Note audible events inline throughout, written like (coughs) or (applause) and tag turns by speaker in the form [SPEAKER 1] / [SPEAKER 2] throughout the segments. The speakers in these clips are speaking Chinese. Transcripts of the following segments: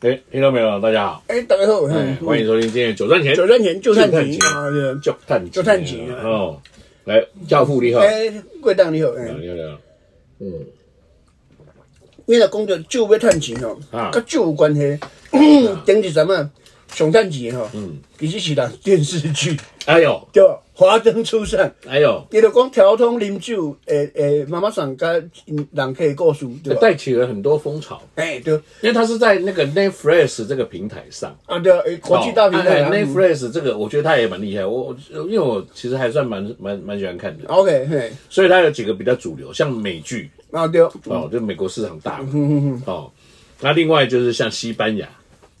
[SPEAKER 1] 哎，听到没有？大家好，
[SPEAKER 2] 哎，大家好，
[SPEAKER 1] 哎，
[SPEAKER 2] 嗯
[SPEAKER 1] 欢迎哎收听今天的九站前
[SPEAKER 2] 九站前就
[SPEAKER 1] 九
[SPEAKER 2] 赚
[SPEAKER 1] 站
[SPEAKER 2] 钱
[SPEAKER 1] 前
[SPEAKER 2] 啊，对，
[SPEAKER 1] 九站前
[SPEAKER 2] 九站前啊
[SPEAKER 1] 哦，来教父你好，
[SPEAKER 2] 哎，贵当你好，哎，
[SPEAKER 1] 聊聊，嗯，
[SPEAKER 2] 你若讲着酒要趁钱吼，
[SPEAKER 1] 啊
[SPEAKER 2] 甲酒有关系。 (coughs) 顶一阵啊，上趁钱吼，
[SPEAKER 1] 嗯
[SPEAKER 2] 其实是啦电视剧
[SPEAKER 1] 哎呦，
[SPEAKER 2] 对吧，华灯初上，
[SPEAKER 1] 哎呦，
[SPEAKER 2] 伊就讲调通啉酒，诶诶，妈妈上甲人客的故事对吧？
[SPEAKER 1] 带起了很多风潮，
[SPEAKER 2] 哎对，
[SPEAKER 1] 因为它是在那个 Netflix 这个平台上。
[SPEAKER 2] 啊对，哎国际大平台啊
[SPEAKER 1] 哦哎哎
[SPEAKER 2] 嗯
[SPEAKER 1] ，Netflix 这个我觉得它也蛮厉害，我我因为我其实还算蛮蛮蛮喜欢看的，
[SPEAKER 2] ，OK，嘿，
[SPEAKER 1] 所以它有几个比较主流，像美剧
[SPEAKER 2] 啊对，
[SPEAKER 1] 哦，就美国市场大嘛，哦，那另外就是像西班牙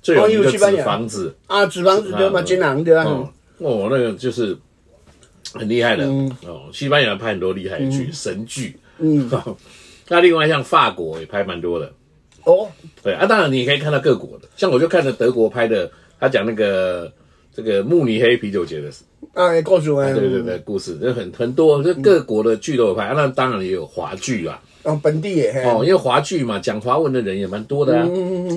[SPEAKER 1] 最有
[SPEAKER 2] 哦
[SPEAKER 1] 名的
[SPEAKER 2] 有
[SPEAKER 1] 纸
[SPEAKER 2] 西班牙
[SPEAKER 1] 房子，
[SPEAKER 2] 啊脂肪子对嘛，真人对吧？
[SPEAKER 1] 哦，哦，那个就是很厉害的、哦。西班牙拍很多厉害的剧，神剧。 (laughs) 嗯、那另外像法国也拍蛮多的，
[SPEAKER 2] 哦，
[SPEAKER 1] 对啊，当然你也可以看到各国的，像我就看了德国拍的，他讲那个这个慕尼黑啤酒节的，
[SPEAKER 2] 啊的故事哎，
[SPEAKER 1] 对对对，故事就很很多，就各国的剧都有拍，啊、那当然也有华剧啊，
[SPEAKER 2] 哦本地的嘿，
[SPEAKER 1] 哦，因为华剧嘛，讲华文的人也蛮多的啊，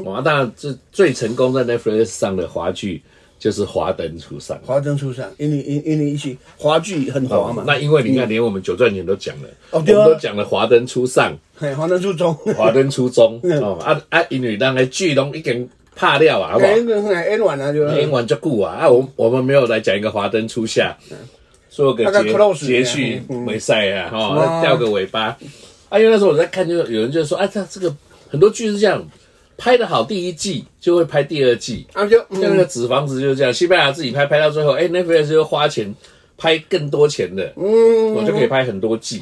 [SPEAKER 1] 哦，啊当然这最成功在 Netflix 上的华剧就是《华灯初上》。
[SPEAKER 2] 华灯初上，因为因因为一起华剧很华嘛，
[SPEAKER 1] 那因为你看，连我们九赚钱都讲了，
[SPEAKER 2] 哦对啊
[SPEAKER 1] 我们都讲了华灯初
[SPEAKER 2] (laughs)
[SPEAKER 1] 上、
[SPEAKER 2] 嘿，华灯初中，
[SPEAKER 1] 华灯初中
[SPEAKER 2] 嗯
[SPEAKER 1] 哦啊啊，因为咱的剧拢已经拍了啊，好不好
[SPEAKER 2] 哎，？哎，完啊，就
[SPEAKER 1] 演完就顾啊啊，我我们没有来讲一个华灯初下，做个
[SPEAKER 2] 大概 close 嗯
[SPEAKER 1] 节节序尾赛啊，哈，吊个尾巴。啊，因为那时候我在看，就有人就说，啊，他这个很多剧是这样，拍的好第一季就会拍第二季，
[SPEAKER 2] 啊就
[SPEAKER 1] 像那个纸房子就是这样，西班牙自己拍拍到最后，哎、那 n e t f l i 就花钱拍更多钱的，嗯，我就可以拍很多季。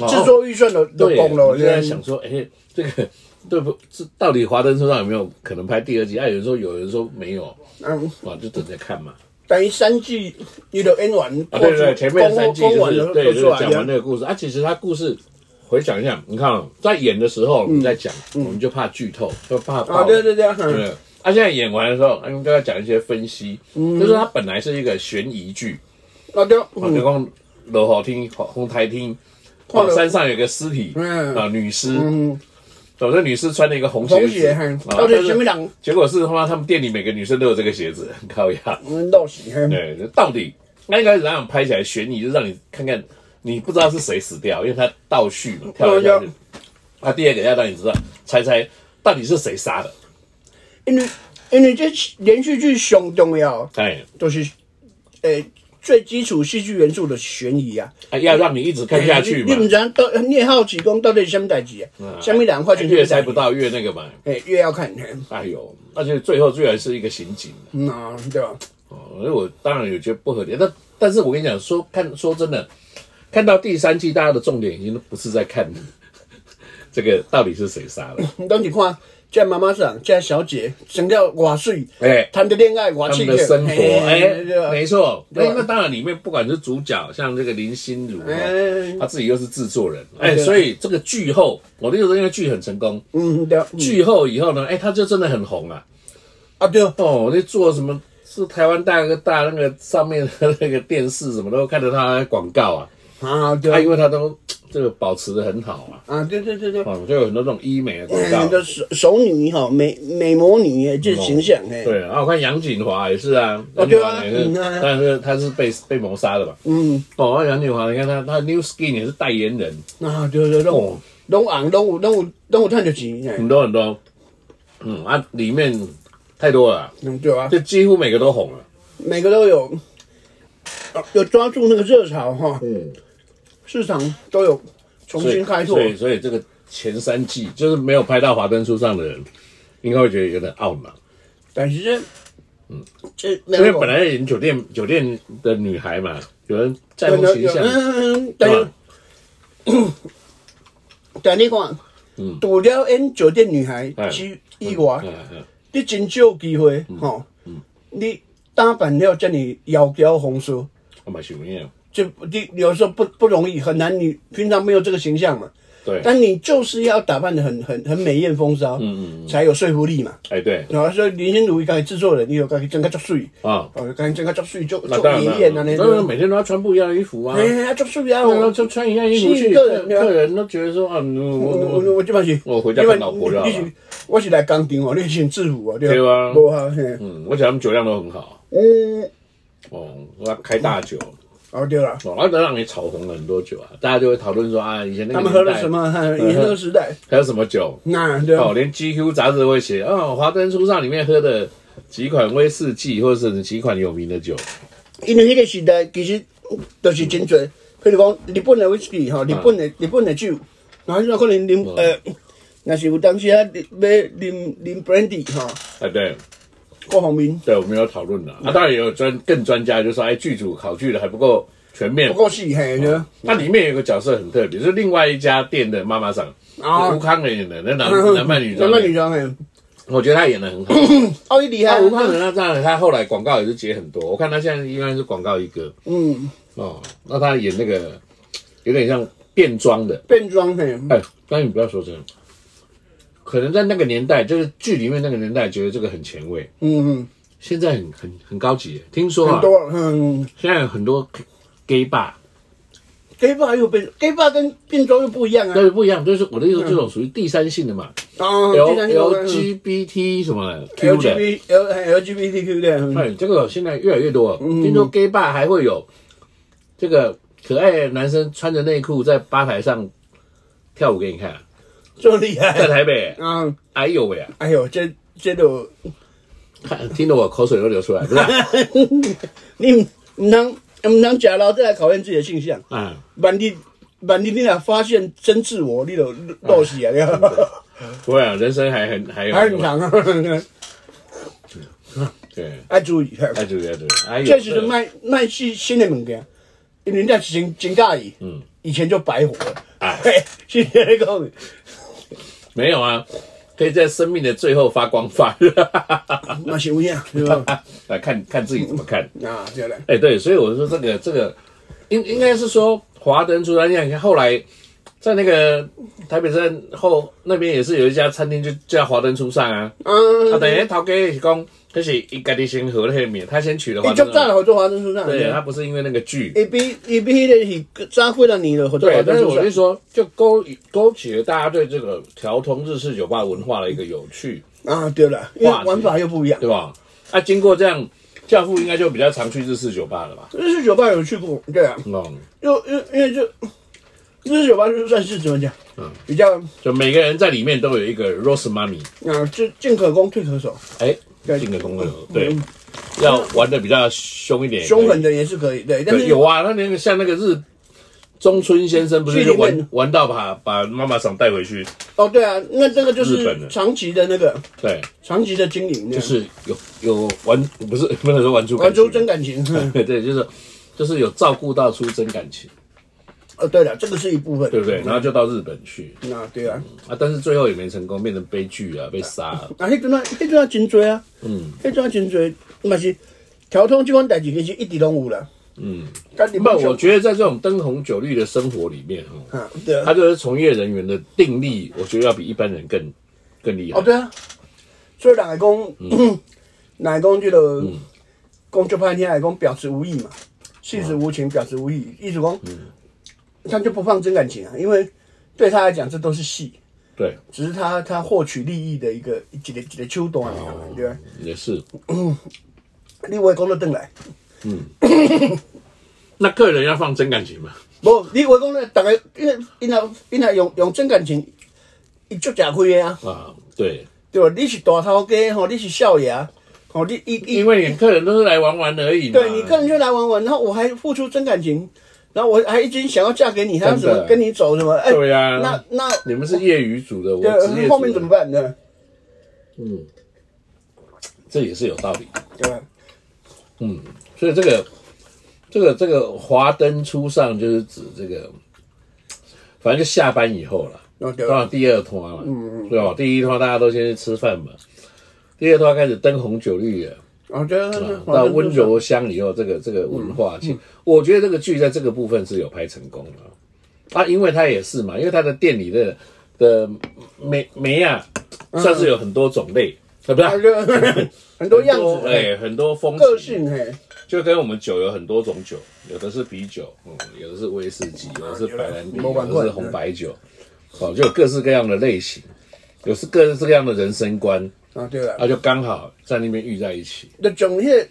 [SPEAKER 1] 哦
[SPEAKER 2] 制作预算都都
[SPEAKER 1] 对，
[SPEAKER 2] 崩了，
[SPEAKER 1] 我
[SPEAKER 2] 我
[SPEAKER 1] 就
[SPEAKER 2] 现
[SPEAKER 1] 在
[SPEAKER 2] 在
[SPEAKER 1] 想说，哎、这个 (laughs) 对不？这到底《华灯初上》有没有可能拍第二季？啊，有人说有，有人说没有，
[SPEAKER 2] 嗯，
[SPEAKER 1] 啊，就等着看嘛。
[SPEAKER 2] 等于三季你都演完，
[SPEAKER 1] 啊，对对，前面三季
[SPEAKER 2] 公
[SPEAKER 1] 就
[SPEAKER 2] 完
[SPEAKER 1] 是
[SPEAKER 2] 都
[SPEAKER 1] 对，
[SPEAKER 2] 都
[SPEAKER 1] 就
[SPEAKER 2] 出
[SPEAKER 1] 是
[SPEAKER 2] 来
[SPEAKER 1] 讲完那
[SPEAKER 2] 了，
[SPEAKER 1] 个故事啊。其实他故事回想一下，你看哦在演的时候我们在讲，我们就怕剧透，就怕爆
[SPEAKER 2] 嗯啊，对对对，
[SPEAKER 1] 对，啊，现在演完的时候，他们就要讲一些分析，
[SPEAKER 2] 嗯
[SPEAKER 1] 就是它本来是一个悬疑剧，
[SPEAKER 2] 啊对，
[SPEAKER 1] 啊，就讲楼好听、红台厅，
[SPEAKER 2] 看
[SPEAKER 1] 哦，
[SPEAKER 2] 了
[SPEAKER 1] 山上有个尸体，
[SPEAKER 2] 嗯
[SPEAKER 1] 啊，女尸，总之女尸穿了一个红鞋
[SPEAKER 2] 红
[SPEAKER 1] 子
[SPEAKER 2] 鞋嗯，
[SPEAKER 1] 啊
[SPEAKER 2] 到底
[SPEAKER 1] 但是
[SPEAKER 2] 什么人
[SPEAKER 1] 结果是他妈他们店里每个女生都有这个鞋子， (laughs) 很高雅，
[SPEAKER 2] 嗯，到时嘿，
[SPEAKER 1] 对，就到底那应该怎样拍起来悬疑，就让你看看你不知道是谁死掉，因为他倒叙嘛，跳来跳去
[SPEAKER 2] 嗯。
[SPEAKER 1] 啊，第二个要让你知道，猜猜到底是谁杀的，
[SPEAKER 2] 因为因为这连续剧上重要，
[SPEAKER 1] 哎。
[SPEAKER 2] 都是诶最基础戏剧元素的悬疑啊，
[SPEAKER 1] 啊，要让你一直看下去
[SPEAKER 2] 你
[SPEAKER 1] 嘛嗯
[SPEAKER 2] 你，唔知到你也好奇讲到底是什么代志啊，什么人发生
[SPEAKER 1] 越猜不，到越那个嘛。
[SPEAKER 2] 哎，越要看，嘿
[SPEAKER 1] 哎呦，而且最后居然是一个刑警
[SPEAKER 2] 嗯啊，对吧？
[SPEAKER 1] 哦，所以我当然有觉得不合理。但但是我跟你讲，说看说真的，看到第三季，大家的重点已经不是在看 (laughs) 这个到底是谁杀了，
[SPEAKER 2] 你当时看，这妈妈上，这小姐生了偌水，
[SPEAKER 1] 哎
[SPEAKER 2] 谈的恋爱偌
[SPEAKER 1] 他
[SPEAKER 2] 气
[SPEAKER 1] 们的生活，哎，没错。那
[SPEAKER 2] 对
[SPEAKER 1] 那当然，里面不管是主角，像这个林心如，哦
[SPEAKER 2] 哎
[SPEAKER 1] 他自己又是制作人，哎，
[SPEAKER 2] 对啊
[SPEAKER 1] 所以这个剧后，我的意思是因为剧很成功，
[SPEAKER 2] 嗯，对，
[SPEAKER 1] 剧后以后呢，哎，他就真的很红啊。
[SPEAKER 2] 啊对，
[SPEAKER 1] 哦，那做什么？是台湾大哥大那个上面的那个电视什么都看得他的广告啊，他、
[SPEAKER 2] 啊
[SPEAKER 1] 因
[SPEAKER 2] 对，
[SPEAKER 1] 为他都这个保持的很好啊，
[SPEAKER 2] 啊对对对嗯对，
[SPEAKER 1] 哦，就有很多这种医美的广
[SPEAKER 2] 那
[SPEAKER 1] 告
[SPEAKER 2] 个。手手女哈，美美魔女的这形象哎，
[SPEAKER 1] 嗯对，啊然后我看杨锦华也是啊，
[SPEAKER 2] 哦
[SPEAKER 1] 杨锦华也是
[SPEAKER 2] 对啊嗯啊，
[SPEAKER 1] 但是他是被被谋杀的嘛。嗯，哦，杨锦华，你看他他 New Skin 也是代言人，
[SPEAKER 2] 啊对对对，
[SPEAKER 1] 哦，
[SPEAKER 2] 拢红拢有拢有拢有赚着钱哎，
[SPEAKER 1] 很多很多，嗯啊，里面太多了啊，
[SPEAKER 2] 嗯对吧？
[SPEAKER 1] 就几乎每个都红了。
[SPEAKER 2] 每个都有有抓住那个热潮哈，
[SPEAKER 1] 嗯，
[SPEAKER 2] 市场都有重
[SPEAKER 1] 所以
[SPEAKER 2] 新开拓
[SPEAKER 1] 所，以所以这个前三季就是没有拍到《华灯初上》的人，应该会觉得有点懊恼，
[SPEAKER 2] 但是这这
[SPEAKER 1] 嗯
[SPEAKER 2] 没
[SPEAKER 1] 因为
[SPEAKER 2] 有
[SPEAKER 1] 本来演酒店酒店的女孩嘛，有人在乎
[SPEAKER 2] 有
[SPEAKER 1] 形
[SPEAKER 2] 有
[SPEAKER 1] 象，
[SPEAKER 2] 嗯，
[SPEAKER 1] 对
[SPEAKER 2] 但是
[SPEAKER 1] 吧？
[SPEAKER 2] 但你看，除了演酒店女孩之以外，
[SPEAKER 1] 哎嗯嗯
[SPEAKER 2] 你真少机会吼。你打扮了这么窈窕红素，
[SPEAKER 1] 我蛮喜欢的，
[SPEAKER 2] 就你有时候不不容易，很难。你平常没有这个形象嘛，
[SPEAKER 1] 对，
[SPEAKER 2] 但你就是要打扮的很很很美艳风骚，嗯嗯，才有说服力嘛。
[SPEAKER 1] 哎对，
[SPEAKER 2] 然后说林心如一个制作人，你有个整个作水，
[SPEAKER 1] 啊，
[SPEAKER 2] 哦，个整个作水就
[SPEAKER 1] 那
[SPEAKER 2] 做
[SPEAKER 1] 当然
[SPEAKER 2] 美
[SPEAKER 1] 了，
[SPEAKER 2] 艳啊那
[SPEAKER 1] 当然
[SPEAKER 2] 种，
[SPEAKER 1] 每天都要穿不一样的衣服啊，
[SPEAKER 2] 哎，作水啊，
[SPEAKER 1] 然后
[SPEAKER 2] 我
[SPEAKER 1] 就穿一样衣服
[SPEAKER 2] 是
[SPEAKER 1] 去，
[SPEAKER 2] 个人
[SPEAKER 1] 客人都觉得说啊，我
[SPEAKER 2] 我
[SPEAKER 1] 我
[SPEAKER 2] 我我这边是，
[SPEAKER 1] 我回家看老婆就好了
[SPEAKER 2] 你是我是来工厂哦，你先制服啊，对
[SPEAKER 1] 对啊
[SPEAKER 2] 无啊，嘿，
[SPEAKER 1] 嗯，我想他们酒量都很好
[SPEAKER 2] 嗯，
[SPEAKER 1] 哦，他开大酒
[SPEAKER 2] 哦对了，
[SPEAKER 1] 哦，那能让你炒红了很多酒啊，大家就会讨论说啊，以前那
[SPEAKER 2] 他
[SPEAKER 1] 个
[SPEAKER 2] 们喝
[SPEAKER 1] 年
[SPEAKER 2] 了
[SPEAKER 1] 代
[SPEAKER 2] 什么？哈，银河时代，
[SPEAKER 1] 还有什么酒？
[SPEAKER 2] 那对
[SPEAKER 1] 哦，
[SPEAKER 2] 啊，
[SPEAKER 1] 连 GQ 杂志会写哦，华灯初上里面喝的几款威士忌，或者是几款有名的酒。
[SPEAKER 2] 因为迄个时代其实就是真侪，譬如讲日本的威士忌吼，日本的日本的酒，然后迄种可能啉呃，若是有当时啊要啉啉 brandy 吼，
[SPEAKER 1] 啊，对
[SPEAKER 2] 各方面
[SPEAKER 1] 对，我们有讨论了啊，当然也有专更专家就说，哎，剧组考据的还不够全面
[SPEAKER 2] 不。够细嘿对啊。
[SPEAKER 1] 那里面有一个角色很特别，就是另外一家店的妈妈桑，
[SPEAKER 2] 啊
[SPEAKER 1] 吴康仁演的，
[SPEAKER 2] (laughs)
[SPEAKER 1] 那男男扮女装的，
[SPEAKER 2] 男扮 (laughs) 女装哎，
[SPEAKER 1] 我觉得他演的很好。
[SPEAKER 2] 哦，伊厉害
[SPEAKER 1] 那，吴康仁那当然他后来广告也是接很多，我看他现在应该是广告一哥
[SPEAKER 2] 嗯，
[SPEAKER 1] 哦。那他演那个有点像变装的，
[SPEAKER 2] 变装嘿，
[SPEAKER 1] 哎，但是你不要说这个，可能在那个年代，就是剧里面那个年代，觉得这个很前卫，
[SPEAKER 2] 嗯
[SPEAKER 1] 现在很很很高级耶。听说
[SPEAKER 2] 嗯，
[SPEAKER 1] 啊
[SPEAKER 2] 很，多嗯
[SPEAKER 1] 现在有很多 gay bar，
[SPEAKER 2] ，gay bar 又变 gay bar 跟变装又不一样啊
[SPEAKER 1] 但，是不一样，就是我的意思，这种属于第三性的嘛
[SPEAKER 2] 啊，
[SPEAKER 1] ，L
[SPEAKER 2] 竟然有
[SPEAKER 1] L G B T 什么的 Q 的，
[SPEAKER 2] LGBT L LGBTQ 的，嗯
[SPEAKER 1] 哎，这个现在越来越多。听说 gay bar 还会有这个可爱的男生穿着内裤在吧台上跳舞给你看，
[SPEAKER 2] 这么厉
[SPEAKER 1] 在
[SPEAKER 2] 害
[SPEAKER 1] 台北，
[SPEAKER 2] 啊！
[SPEAKER 1] 哎呦喂啊！ (laughs)
[SPEAKER 2] 哎呦，这这都
[SPEAKER 1] 看听得我口水都流出来，
[SPEAKER 2] (laughs)
[SPEAKER 1] 不是啊？
[SPEAKER 2] 你唔唔能唔能假老，这来考验自己的性向。
[SPEAKER 1] 嗯
[SPEAKER 2] 万一万一你俩发现真自我，你都露死啊！你看
[SPEAKER 1] 不会啊，人生还很还有
[SPEAKER 2] 还很长啊， (laughs)
[SPEAKER 1] 对，
[SPEAKER 2] 要注意。
[SPEAKER 1] 爱主要对，哎呦
[SPEAKER 2] 确实是卖卖新新的物件，因为人家真真介意，嗯，以前就白活了。
[SPEAKER 1] 哎
[SPEAKER 2] 嘿，现在讲
[SPEAKER 1] 没有啊，可以在生命的最后发光发热， (laughs)
[SPEAKER 2] 啊那是有影，对吧？
[SPEAKER 1] 来看看自己怎么看。
[SPEAKER 2] 啊，对了，
[SPEAKER 1] 哎，对，所以我说这个这个，应应该是说华灯初上，你看后来在那个台北站后那边也是有一家餐厅就叫华灯初上啊。啊，
[SPEAKER 2] 嗯，
[SPEAKER 1] 等于头家是讲，就是一家己先和那个面，他先取了嗯华
[SPEAKER 2] 伊足
[SPEAKER 1] 灯初
[SPEAKER 2] 早
[SPEAKER 1] 上。
[SPEAKER 2] 合作华灯初上，
[SPEAKER 1] 对，他啊不是因为那个剧，
[SPEAKER 2] 伊比伊比迄个是早几啊年了合作华
[SPEAKER 1] 对，但
[SPEAKER 2] 灯
[SPEAKER 1] 是
[SPEAKER 2] 初
[SPEAKER 1] 我
[SPEAKER 2] 上
[SPEAKER 1] 就。说，就勾勾起了大家对这个调通日式酒吧文化的一个有趣，
[SPEAKER 2] 啊，对了，因为
[SPEAKER 1] 话题
[SPEAKER 2] 玩法又不一样
[SPEAKER 1] 对。吧？啊，经过这样，教父应该就比较常去日式酒吧了吧？
[SPEAKER 2] 日式酒吧有去过，对啊，
[SPEAKER 1] 嗯，
[SPEAKER 2] 又因为因为就日式酒吧就算是怎么讲，
[SPEAKER 1] 嗯
[SPEAKER 2] 比较
[SPEAKER 1] 就每个人在里面都有一个 rose money，
[SPEAKER 2] 啊，进进可攻退可守，
[SPEAKER 1] 哎，
[SPEAKER 2] 对
[SPEAKER 1] 进个功能，对
[SPEAKER 2] 嗯，
[SPEAKER 1] 要玩的比较凶一点，
[SPEAKER 2] 凶狠的也是可以，对，但
[SPEAKER 1] 对，
[SPEAKER 2] 是
[SPEAKER 1] 有啊，那那个像那个日中村先生不是
[SPEAKER 2] 剧
[SPEAKER 1] 就
[SPEAKER 2] 里面
[SPEAKER 1] 玩玩到把把妈妈桑带回去，
[SPEAKER 2] 哦，对啊，那这个就
[SPEAKER 1] 日本
[SPEAKER 2] 是
[SPEAKER 1] 的
[SPEAKER 2] 长期的那个
[SPEAKER 1] 对，
[SPEAKER 2] 长期的经营，就
[SPEAKER 1] 就是有有玩不是 (laughs) 不能说玩出
[SPEAKER 2] 玩出
[SPEAKER 1] 感情
[SPEAKER 2] 真感情。嗯
[SPEAKER 1] (laughs) 对对，就是就是有照顾到出真感情，
[SPEAKER 2] 哦，对了，这个是一部分，
[SPEAKER 1] 对不对？然后就到日本去
[SPEAKER 2] 啊，对啊，
[SPEAKER 1] 啊，但是最后也没成功，变成悲剧啊，被杀了。
[SPEAKER 2] 啊，迄阵啊，迄阵啊真多啊，嗯，迄阵啊真多，嘛是调通这款代志其实一直拢有啦，嗯， (laughs) 跟你
[SPEAKER 1] 不
[SPEAKER 2] 们，
[SPEAKER 1] 我觉得在这种灯红酒绿的生活里面，哈，
[SPEAKER 2] 啊，对啊
[SPEAKER 1] 他，就是从业人员的定力，我觉得要比一般人更更厉害
[SPEAKER 2] 哦，。对啊，所以人来
[SPEAKER 1] 嗯
[SPEAKER 2] 讲， (clears throat) 人来讲这个讲就半天来讲表示无意嘛，细致无情，表示无意，意思讲，
[SPEAKER 1] 嗯
[SPEAKER 2] 他就不放真感情啊，因为对他来讲这都是戏，
[SPEAKER 1] 对，
[SPEAKER 2] 只是他他获取利益的一个一个一个手段而已
[SPEAKER 1] 哦
[SPEAKER 2] 嘛，对吧？
[SPEAKER 1] 也是。
[SPEAKER 2] 你话讲到转来，
[SPEAKER 1] 那客人要放真感情嘛？
[SPEAKER 2] 无你话讲咧，大家因为因若因若用用真感情，伊足吃亏的啊，
[SPEAKER 1] 啊，对，
[SPEAKER 2] 对吧？你是大头家吼，你是少爷，吼你伊伊
[SPEAKER 1] 因为你客人都是来玩玩而已嘛。
[SPEAKER 2] 对你个人就来玩玩，然后我还付出真感情，然后我还一直想要嫁给你，还要怎
[SPEAKER 1] 真
[SPEAKER 2] 么
[SPEAKER 1] 的
[SPEAKER 2] 跟你走什么？哎，
[SPEAKER 1] 对呀
[SPEAKER 2] 那那
[SPEAKER 1] 你们是业余组的，我职业
[SPEAKER 2] 对后面
[SPEAKER 1] 组
[SPEAKER 2] 怎么
[SPEAKER 1] 的，
[SPEAKER 2] 办呢？
[SPEAKER 1] 这也是有道理。
[SPEAKER 2] 对吧？
[SPEAKER 1] 所以这个这个这个华灯初上就是指这个，反正就下班以后了。
[SPEAKER 2] 哦对
[SPEAKER 1] 当然第二拖嘛，嗯嗯，对吧？第一拖大家都先去吃饭嘛，第二拖开始灯红酒绿了，
[SPEAKER 2] 哦对
[SPEAKER 1] 啊到温柔乡以后，这个这个文化
[SPEAKER 2] 嗯
[SPEAKER 1] 性，我觉得这个剧在这个部分是有拍成功的啊，因为它也是嘛，因为它的店里的的梅梅呀，算是有很多种类，啊不
[SPEAKER 2] 嗯啊
[SPEAKER 1] 是？
[SPEAKER 2] 对，很多样子，哎，
[SPEAKER 1] 哎，很多风
[SPEAKER 2] 个
[SPEAKER 1] 情
[SPEAKER 2] 性嘿，
[SPEAKER 1] 就跟我们酒有很多种酒，有的是啤酒，嗯，有的是威
[SPEAKER 2] 啊
[SPEAKER 1] 士忌，有的是白兰地，
[SPEAKER 2] 没玩
[SPEAKER 1] 有
[SPEAKER 2] 过
[SPEAKER 1] 的是红白酒，哦，就有各式各样的类型。有是各式各样的人生观，
[SPEAKER 2] 啊，对啦，
[SPEAKER 1] 啊，就刚好在那边遇在一起，
[SPEAKER 2] 那种些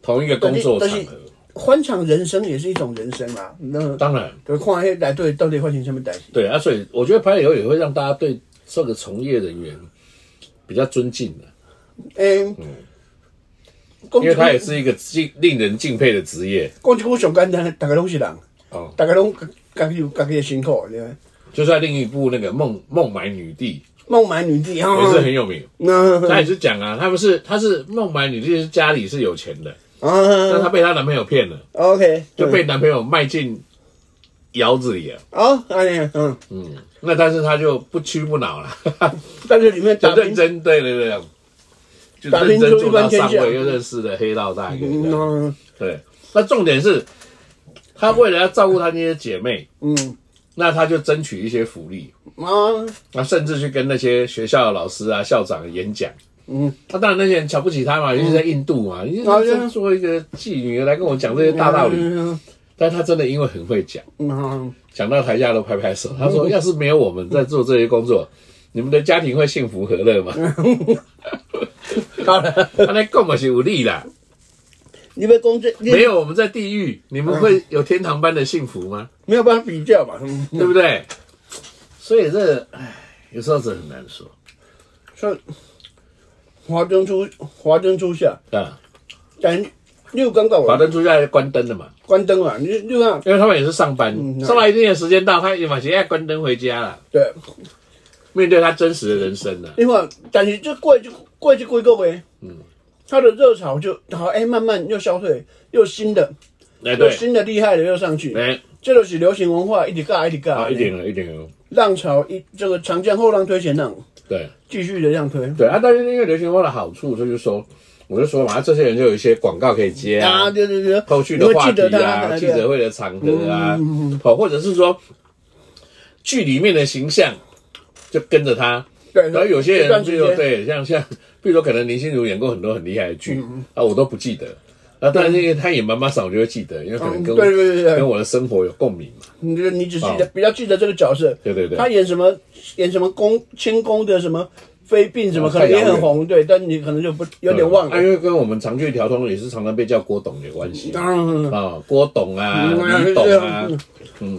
[SPEAKER 1] 同一个工作场合，
[SPEAKER 2] 欢场人生也是一种人生啦。那
[SPEAKER 1] 当然。
[SPEAKER 2] 就看迄来对到底发生什么代志，
[SPEAKER 1] 对啊，所以我觉得拍友也会让大家对这个从业人员比较尊敬的、
[SPEAKER 2] 诶、讲
[SPEAKER 1] 嗯因为他也
[SPEAKER 2] 一句
[SPEAKER 1] 是一个敬令人敬佩的职业
[SPEAKER 2] 讲一句上简单，大家拢是人，
[SPEAKER 1] 哦。
[SPEAKER 2] 大家拢家家己有家己的辛苦，对吧？
[SPEAKER 1] 就在另一部那个《孟孟买女帝
[SPEAKER 2] 孟买女帝》
[SPEAKER 1] 也是很
[SPEAKER 2] 啊，
[SPEAKER 1] 有名，他
[SPEAKER 2] 那
[SPEAKER 1] 也是讲啊，他们是他是孟买女帝是家里是有钱的，但她
[SPEAKER 2] 啊
[SPEAKER 1] 被她男朋友骗了，
[SPEAKER 2] ，OK，嗯
[SPEAKER 1] 就被男朋友卖进窑子里了。
[SPEAKER 2] 哦，安尼，嗯，
[SPEAKER 1] 嗯，那但是她就不屈不挠了，
[SPEAKER 2] 但是里面
[SPEAKER 1] 就
[SPEAKER 2] 打
[SPEAKER 1] 认
[SPEAKER 2] 拼，
[SPEAKER 1] 真，对对对，就
[SPEAKER 2] 打
[SPEAKER 1] 认
[SPEAKER 2] 拼出
[SPEAKER 1] 真做
[SPEAKER 2] 一番
[SPEAKER 1] 到
[SPEAKER 2] 天
[SPEAKER 1] 上
[SPEAKER 2] 下
[SPEAKER 1] 位，又认识了黑道大哥。
[SPEAKER 2] 嗯嗯
[SPEAKER 1] 对，那重点是，他为了要照顾他那些姐妹，
[SPEAKER 2] 嗯
[SPEAKER 1] 那他就争取一些福利，
[SPEAKER 2] 啊，
[SPEAKER 1] 那甚至去跟那些学校的老师啊、校长演讲。
[SPEAKER 2] 嗯，
[SPEAKER 1] 那、当然那些人瞧不起他嘛，尤其在印度嘛，你好像作为一个妓女来跟我讲这些大道理，
[SPEAKER 2] 嗯
[SPEAKER 1] 但他真的因为很会讲，
[SPEAKER 2] 嗯
[SPEAKER 1] 讲到台下都拍拍手。他说：“要是没有我们在做这些工作，你们的家庭会幸福和乐吗？”
[SPEAKER 2] 好了，
[SPEAKER 1] 他那根本是无力啦，
[SPEAKER 2] 你们工作你
[SPEAKER 1] 没有我们在地狱，你们会有天堂般的幸福吗？
[SPEAKER 2] 没有办法比较嘛，嗯
[SPEAKER 1] 对不对？所以这，唉，有时候真的很难说
[SPEAKER 2] 说华灯初华灯初上，
[SPEAKER 1] 啊。
[SPEAKER 2] 但你有感觉
[SPEAKER 1] 华
[SPEAKER 2] 无？
[SPEAKER 1] 灯初上就关灯了嘛，
[SPEAKER 2] 关灯啊，你你看
[SPEAKER 1] 因为他们也是上班，
[SPEAKER 2] 嗯
[SPEAKER 1] 上到一定的时间到，他也马上要关灯回家了，
[SPEAKER 2] 对，
[SPEAKER 1] 面对他真实的人生啊了。
[SPEAKER 2] 你看，但是这过就过这几个月，嗯，它的热潮就好哎、慢慢又消退，又新的
[SPEAKER 1] 哎，
[SPEAKER 2] 有
[SPEAKER 1] 对，
[SPEAKER 2] 新的厉害的又上去，
[SPEAKER 1] 哎，啊
[SPEAKER 2] 这就是流行文化一直尬一直尬，
[SPEAKER 1] 好一点了，一点了，
[SPEAKER 2] 浪潮一这个长江后浪推前浪，
[SPEAKER 1] 对
[SPEAKER 2] 继续的这样推。
[SPEAKER 1] 对啊。但是因为流行文化的好处，就是说，我就说嘛，这些人就有一些广告可以接
[SPEAKER 2] 啊，
[SPEAKER 1] 啊，
[SPEAKER 2] 对对对，
[SPEAKER 1] 后续的话题
[SPEAKER 2] 你会记得他哎
[SPEAKER 1] 啊，
[SPEAKER 2] 对嗯
[SPEAKER 1] 记者会的场合啊，哦，或者是说剧里面的形象就跟着他，
[SPEAKER 2] 对，
[SPEAKER 1] 然后有些
[SPEAKER 2] 一段
[SPEAKER 1] 人
[SPEAKER 2] 时
[SPEAKER 1] 就
[SPEAKER 2] 间，
[SPEAKER 1] 对，像像，比如说可能林心如演过很多很厉害的剧
[SPEAKER 2] 嗯
[SPEAKER 1] 啊，我都不记得。啊，但是因为她演妈妈桑，我就会记得，因为可能
[SPEAKER 2] 嗯
[SPEAKER 1] 跟
[SPEAKER 2] 对对对对
[SPEAKER 1] 跟我的生活有共鸣嘛。
[SPEAKER 2] 你就你只记得
[SPEAKER 1] 哦
[SPEAKER 2] 比较记得这个角色，
[SPEAKER 1] 对对对
[SPEAKER 2] 他演什么演什么宫清宫的什么妃嫔什么，
[SPEAKER 1] 哦
[SPEAKER 2] 可能也
[SPEAKER 1] 太遥
[SPEAKER 2] 很
[SPEAKER 1] 远
[SPEAKER 2] 红，对，但你可能就不有点忘了
[SPEAKER 1] 啊，。因为跟我们长剧调通也是常常被叫郭董有关系
[SPEAKER 2] 当然了
[SPEAKER 1] 啊，郭董啊，
[SPEAKER 2] 嗯
[SPEAKER 1] 李董啊，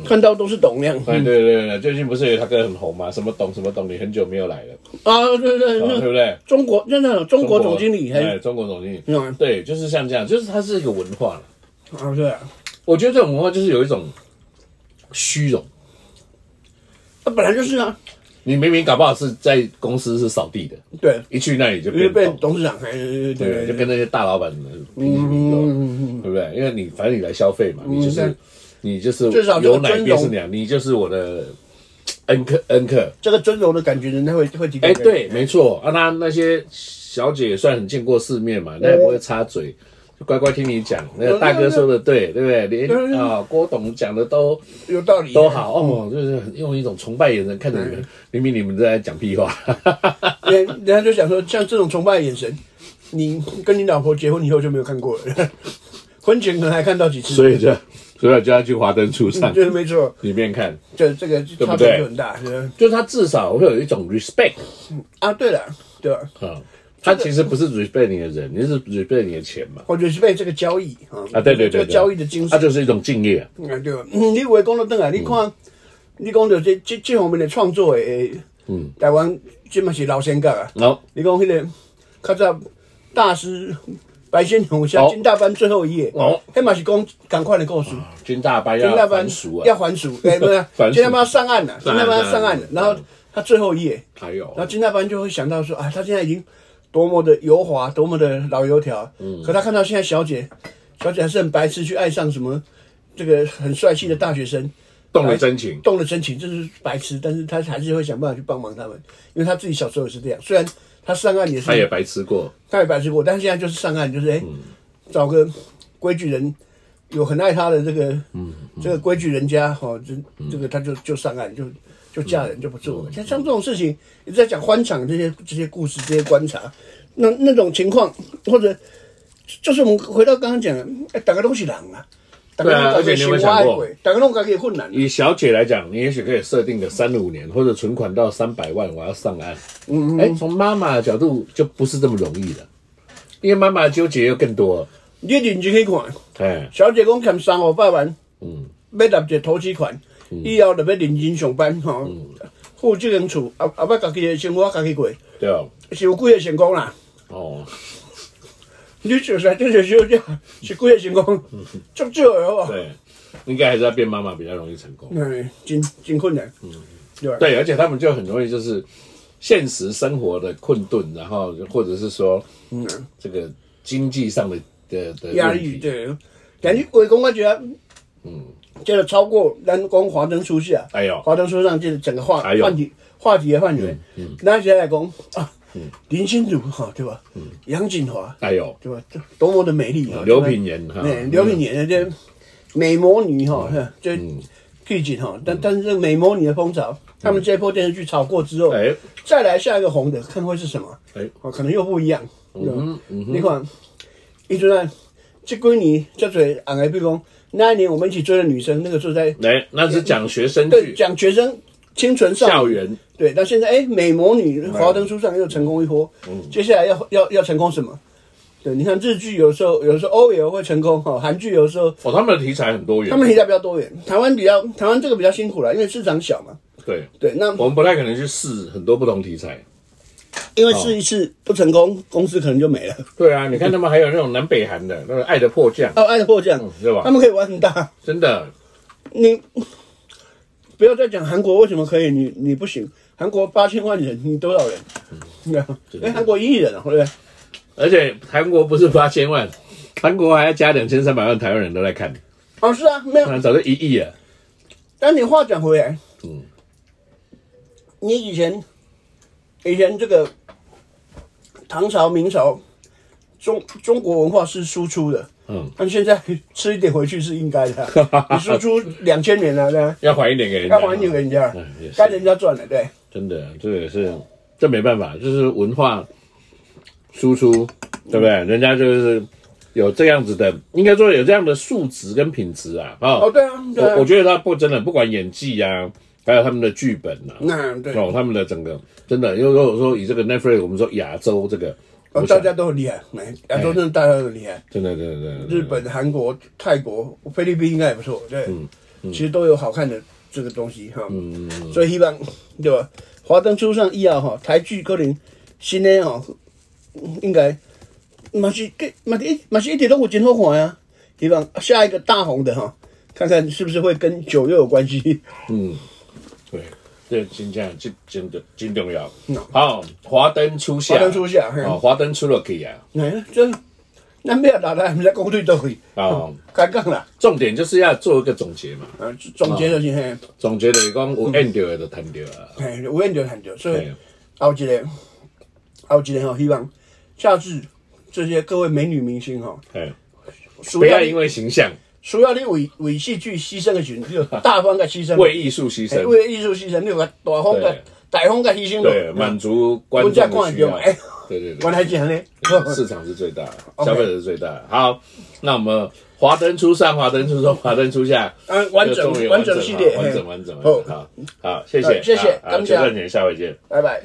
[SPEAKER 2] 看到都是董亮
[SPEAKER 1] 哎，对对对对，最近不是有他歌很红嘛，什么董什么董，你很久没有来了，
[SPEAKER 2] 啊，对对
[SPEAKER 1] 啊对
[SPEAKER 2] 对，
[SPEAKER 1] 不对？
[SPEAKER 2] 中国真的中国总经理还
[SPEAKER 1] 哎，
[SPEAKER 2] 啊
[SPEAKER 1] 中国总经理
[SPEAKER 2] 嗯，
[SPEAKER 1] 对，就是像这样，就是它是一个文化了。哎
[SPEAKER 2] 对啊，
[SPEAKER 1] 我觉得这种文化就是有一种虚荣。
[SPEAKER 2] 他本来就是啊，
[SPEAKER 1] 你明明搞不好是在公司是扫地的，
[SPEAKER 2] 对，
[SPEAKER 1] 一去那里就
[SPEAKER 2] 因为
[SPEAKER 1] 变
[SPEAKER 2] 被
[SPEAKER 1] 懂，
[SPEAKER 2] 董事长还
[SPEAKER 1] 对，
[SPEAKER 2] 对
[SPEAKER 1] 就
[SPEAKER 2] 对嗯
[SPEAKER 1] 跟那些大老板呃平起平坐，对不对？因为你反正你来消费嘛，你就是
[SPEAKER 2] 对
[SPEAKER 1] 你就是
[SPEAKER 2] 至少这个
[SPEAKER 1] 有奶
[SPEAKER 2] 尊
[SPEAKER 1] 便
[SPEAKER 2] 荣
[SPEAKER 1] 是娘，你就是我的恩客恩客。
[SPEAKER 2] 这个尊荣的感觉，人家会会提供
[SPEAKER 1] 哎，
[SPEAKER 2] 给你。
[SPEAKER 1] 对，没错，啊，那那些小姐也算很见过世面
[SPEAKER 2] 哎
[SPEAKER 1] 嘛，那也不会插嘴。就乖乖听你讲，那个大哥说的对，对不对？
[SPEAKER 2] 对
[SPEAKER 1] 连啊郭董讲的都
[SPEAKER 2] 有道理，啊
[SPEAKER 1] 都。好哦，就是很用一种崇拜眼神看着你
[SPEAKER 2] 哎
[SPEAKER 1] 们，明明你们在讲屁话。
[SPEAKER 2] 人人家就想说，像这种崇拜的眼神，你跟你老婆结婚以后就没有看过了， (laughs) 婚前可能还看到几
[SPEAKER 1] (laughs)
[SPEAKER 2] 次，
[SPEAKER 1] 所以就所以就要去华灯初上
[SPEAKER 2] 对，没错，
[SPEAKER 1] 里面看，
[SPEAKER 2] 这这个
[SPEAKER 1] 对
[SPEAKER 2] 差
[SPEAKER 1] 不
[SPEAKER 2] 别
[SPEAKER 1] 对
[SPEAKER 2] 就很大。对
[SPEAKER 1] 就是他至少会有一种 respect
[SPEAKER 2] 啊，对了，对吧？
[SPEAKER 1] 啊、他其实不是 respect 你的人，你是 respect 你的钱嘛。
[SPEAKER 2] 或者是被这个交易啊
[SPEAKER 1] 啊，对对对
[SPEAKER 2] 这
[SPEAKER 1] 对，
[SPEAKER 2] 个交易的精神
[SPEAKER 1] 他。就是一种敬业。
[SPEAKER 2] 啊，对，嗯，你话讲到转来，你看，你讲到这这这方面的创作的，嗯，台湾这嘛是老先觉啊。
[SPEAKER 1] 然后
[SPEAKER 2] 你讲迄、个较早大师白先勇写
[SPEAKER 1] 哦
[SPEAKER 2] 《金大班最后一页》，
[SPEAKER 1] 哦，
[SPEAKER 2] 迄嘛是讲赶快的故事。
[SPEAKER 1] 军大班
[SPEAKER 2] 金
[SPEAKER 1] 要
[SPEAKER 2] 大班
[SPEAKER 1] 还俗
[SPEAKER 2] 要
[SPEAKER 1] 啊，，
[SPEAKER 2] 还俗，哎，不是
[SPEAKER 1] (laughs) 还俗
[SPEAKER 2] 金大班上岸了，金
[SPEAKER 1] 上岸
[SPEAKER 2] 大班
[SPEAKER 1] 上
[SPEAKER 2] 上岸了
[SPEAKER 1] 岸，
[SPEAKER 2] 然后他最后一页，
[SPEAKER 1] 还有
[SPEAKER 2] 然后金大班就会想到说啊，他现在已经多么的油滑，多么的老油条。可他看到现在小姐，小姐还是很白痴，去爱上什么这个很帅气的大学生，
[SPEAKER 1] 动了真情，
[SPEAKER 2] 动了真情，这是白痴，但是他还是会想办法去帮忙他们，因为他自己小时候也是这样。虽然他上岸也是，
[SPEAKER 1] 他也白吃过。
[SPEAKER 2] 他也白痴过，但是现在就是上岸，就是哎、
[SPEAKER 1] 嗯
[SPEAKER 2] 找个规矩人，有很爱他的这个，
[SPEAKER 1] 嗯
[SPEAKER 2] 这个规矩人家哈、哦，这这个他就就上岸，就就嫁
[SPEAKER 1] 嗯
[SPEAKER 2] 人，就不做了。像像这种事情，你在讲欢场这些这些故事，这些观察，那那种情况，或者就是我们回到刚刚讲的，哎，大家都是人啊，大家
[SPEAKER 1] 对啊
[SPEAKER 2] 拢
[SPEAKER 1] 而且
[SPEAKER 2] 家
[SPEAKER 1] 你
[SPEAKER 2] 己
[SPEAKER 1] 有没有
[SPEAKER 2] 生活
[SPEAKER 1] 想
[SPEAKER 2] 的
[SPEAKER 1] 过嗯
[SPEAKER 2] 过，大家拢家己的困难。啊
[SPEAKER 1] 以小姐来讲，你也许可以设定个三五年，或者存款到三百万，我要上岸。嗯哎、从妈妈的角度就不是这么容易的，因为妈妈的纠结又更多了。
[SPEAKER 2] 你认真去看，
[SPEAKER 1] 哎，
[SPEAKER 2] 小姐讲欠三五百万，
[SPEAKER 1] 嗯，
[SPEAKER 2] 要立一个投资款，以后就要认真上班吼，
[SPEAKER 1] 嗯
[SPEAKER 2] 付这间厝，后后摆家己的生活家己过，
[SPEAKER 1] 对哦，
[SPEAKER 2] 是有几个成功啦。
[SPEAKER 1] 哦，
[SPEAKER 2] 你就算这个小姐
[SPEAKER 1] 嗯
[SPEAKER 2] 是几个成功，足少的好不好？
[SPEAKER 1] 对，应该还是要变妈妈比较容易成功。
[SPEAKER 2] 哎，真真困难，对吧？
[SPEAKER 1] 嗯对，而且他们就很容易就是现实生活的困顿，然后或者是说，嗯，这个经济上的的的
[SPEAKER 2] 压
[SPEAKER 1] 问
[SPEAKER 2] 力
[SPEAKER 1] 题。
[SPEAKER 2] 对。但你话讲，我觉得，嗯，这个超过咱讲华灯初上，
[SPEAKER 1] 哎呦
[SPEAKER 2] 华灯初上这个整个话
[SPEAKER 1] 哎呦嗯
[SPEAKER 2] 话题话题的范围，那现在讲啊，林心如哈，对吧？
[SPEAKER 1] 嗯
[SPEAKER 2] 杨锦华，
[SPEAKER 1] 哎呦，
[SPEAKER 2] 对吧？这多么的美丽啊！
[SPEAKER 1] 哦刘品言哈，嗯
[SPEAKER 2] 对，刘品言这美魔女哈，这剧情哈，但但是这个美魔女的风潮，他们这波电视剧炒过之后，
[SPEAKER 1] 嗯哎
[SPEAKER 2] 再来下一个红的，看会是什么？
[SPEAKER 1] 哎，
[SPEAKER 2] 哦，可能又不一样。嗯你看，伊阵啊，这几年叫做红的，比如讲那一年我们一起追的女生，那个就在
[SPEAKER 1] 来，哎那是讲学生
[SPEAKER 2] 对
[SPEAKER 1] 剧，
[SPEAKER 2] 讲学生清纯少
[SPEAKER 1] 嗯校
[SPEAKER 2] 女，
[SPEAKER 1] 园
[SPEAKER 2] 对，但现在哎，美魔女
[SPEAKER 1] 嗯
[SPEAKER 2] 华灯初上又成功一波，接下来要要要成功什么？对，你看日剧有时候有时候 OL 会成功哈，韩剧有时候
[SPEAKER 1] 哦，他们的题材很多元
[SPEAKER 2] 他，们题材比较多元，台湾比较台湾这个比较辛苦了，因为市场小嘛。
[SPEAKER 1] 对，
[SPEAKER 2] 对，那
[SPEAKER 1] 我们不太可能去试很多不同题材。
[SPEAKER 2] 因为试一次不成功，公司可能就没了。 (laughs)
[SPEAKER 1] 对啊，你看他们还有那种南北韩的那个《爱的迫降》，
[SPEAKER 2] 哦，爱的迫降
[SPEAKER 1] 嗯是吧
[SPEAKER 2] 他们可以玩很大，
[SPEAKER 1] 真的，
[SPEAKER 2] 你不要再讲韩国为什么可以，你你不行。韩国八千万人，你多少人？
[SPEAKER 1] 嗯
[SPEAKER 2] (laughs) 对啊哎，韩国一亿人啊，对不对？
[SPEAKER 1] 而且韩国不是八千万，韩国还要加两千三百万台湾人都在看，
[SPEAKER 2] 哦，是啊，没有。
[SPEAKER 1] 那早就一亿了。
[SPEAKER 2] 但你话讲回来，
[SPEAKER 1] 嗯
[SPEAKER 2] 你以前以前这个唐朝、明朝，中中国文化是输出的，
[SPEAKER 1] 嗯，
[SPEAKER 2] 但现在吃一点回去是应该的啊、你输出两千年了，对啊，
[SPEAKER 1] 要还一点给人家，
[SPEAKER 2] 要还你给人家
[SPEAKER 1] 嗯也，是
[SPEAKER 2] 该人家赚的，对。
[SPEAKER 1] 真的，这也是，这没办法，就是文化输出，对不对？人家就是有这样子的，应该说有这样的素质跟品质啊，哦
[SPEAKER 2] 哦，对啊，对啊
[SPEAKER 1] 我我，觉得他不真的不管演技啊，还有他们的剧本啊，
[SPEAKER 2] 那对，
[SPEAKER 1] 哦，他们的整个真的，因为如果说以这个 Netflix，我们说亚洲这个，我
[SPEAKER 2] 哦大
[SPEAKER 1] 想
[SPEAKER 2] 家都很厉害，哎亚洲真的大家都很厉害。
[SPEAKER 1] 真的真的真的，真的
[SPEAKER 2] 日本、韩国、泰国、菲律宾应该也不错，对，其实都有好看的这个东西哈，所以希望对吧？华灯初上以后哈，台剧可能新的哈，应该嘛是嘛是一嘛是一点都有真好看啊，希望下一个大红的哈，看看是不是会跟酒又有关系。
[SPEAKER 1] 对，这真正这真的真重要
[SPEAKER 2] 嗯。
[SPEAKER 1] 好，华灯初上，
[SPEAKER 2] 华灯初上嘿
[SPEAKER 1] 哦，华灯初了去啊，
[SPEAKER 2] 哎，这咱不要打来，我们来攻对都可以，
[SPEAKER 1] 哦，
[SPEAKER 2] 开讲啦，
[SPEAKER 1] 重点就是要做一个总结嘛，
[SPEAKER 2] 啊，总结就是嘿，
[SPEAKER 1] 总结就是讲
[SPEAKER 2] 嗯
[SPEAKER 1] 有 end 到的就谈到啊，
[SPEAKER 2] 嘿，有缘就很着，所以
[SPEAKER 1] 对。
[SPEAKER 2] 后一个，后一个吼，希望下次这些各位美女明星吼，
[SPEAKER 1] 哎，
[SPEAKER 2] 需
[SPEAKER 1] 不
[SPEAKER 2] 要
[SPEAKER 1] 要因
[SPEAKER 2] 你
[SPEAKER 1] 为形象
[SPEAKER 2] 需要你为为戏剧牺牲的时阵，你就大方的牺牲，
[SPEAKER 1] 啊为艺术牺
[SPEAKER 2] 嘿
[SPEAKER 1] 牲，
[SPEAKER 2] 嗯哎为艺术牺牲，你有个大方的
[SPEAKER 1] 对
[SPEAKER 2] 大方的牺牲咯
[SPEAKER 1] 对，满足观
[SPEAKER 2] 我这
[SPEAKER 1] 众的
[SPEAKER 2] 样看
[SPEAKER 1] 需
[SPEAKER 2] 得
[SPEAKER 1] 要
[SPEAKER 2] 到嘛哎。
[SPEAKER 1] 对对对，
[SPEAKER 2] (laughs) 原来是安尼，
[SPEAKER 1] 市场是最大的，
[SPEAKER 2] OK
[SPEAKER 1] 消费者是最大的。好，那我们华灯初上，华灯初上，华灯初下，
[SPEAKER 2] 啊完整
[SPEAKER 1] 这终于
[SPEAKER 2] 完整系列呃
[SPEAKER 1] 完整完整完整。好，好，谢谢，
[SPEAKER 2] 好谢谢
[SPEAKER 1] 好
[SPEAKER 2] 感
[SPEAKER 1] 好，
[SPEAKER 2] 谢
[SPEAKER 1] 决战前下回见。
[SPEAKER 2] 拜拜。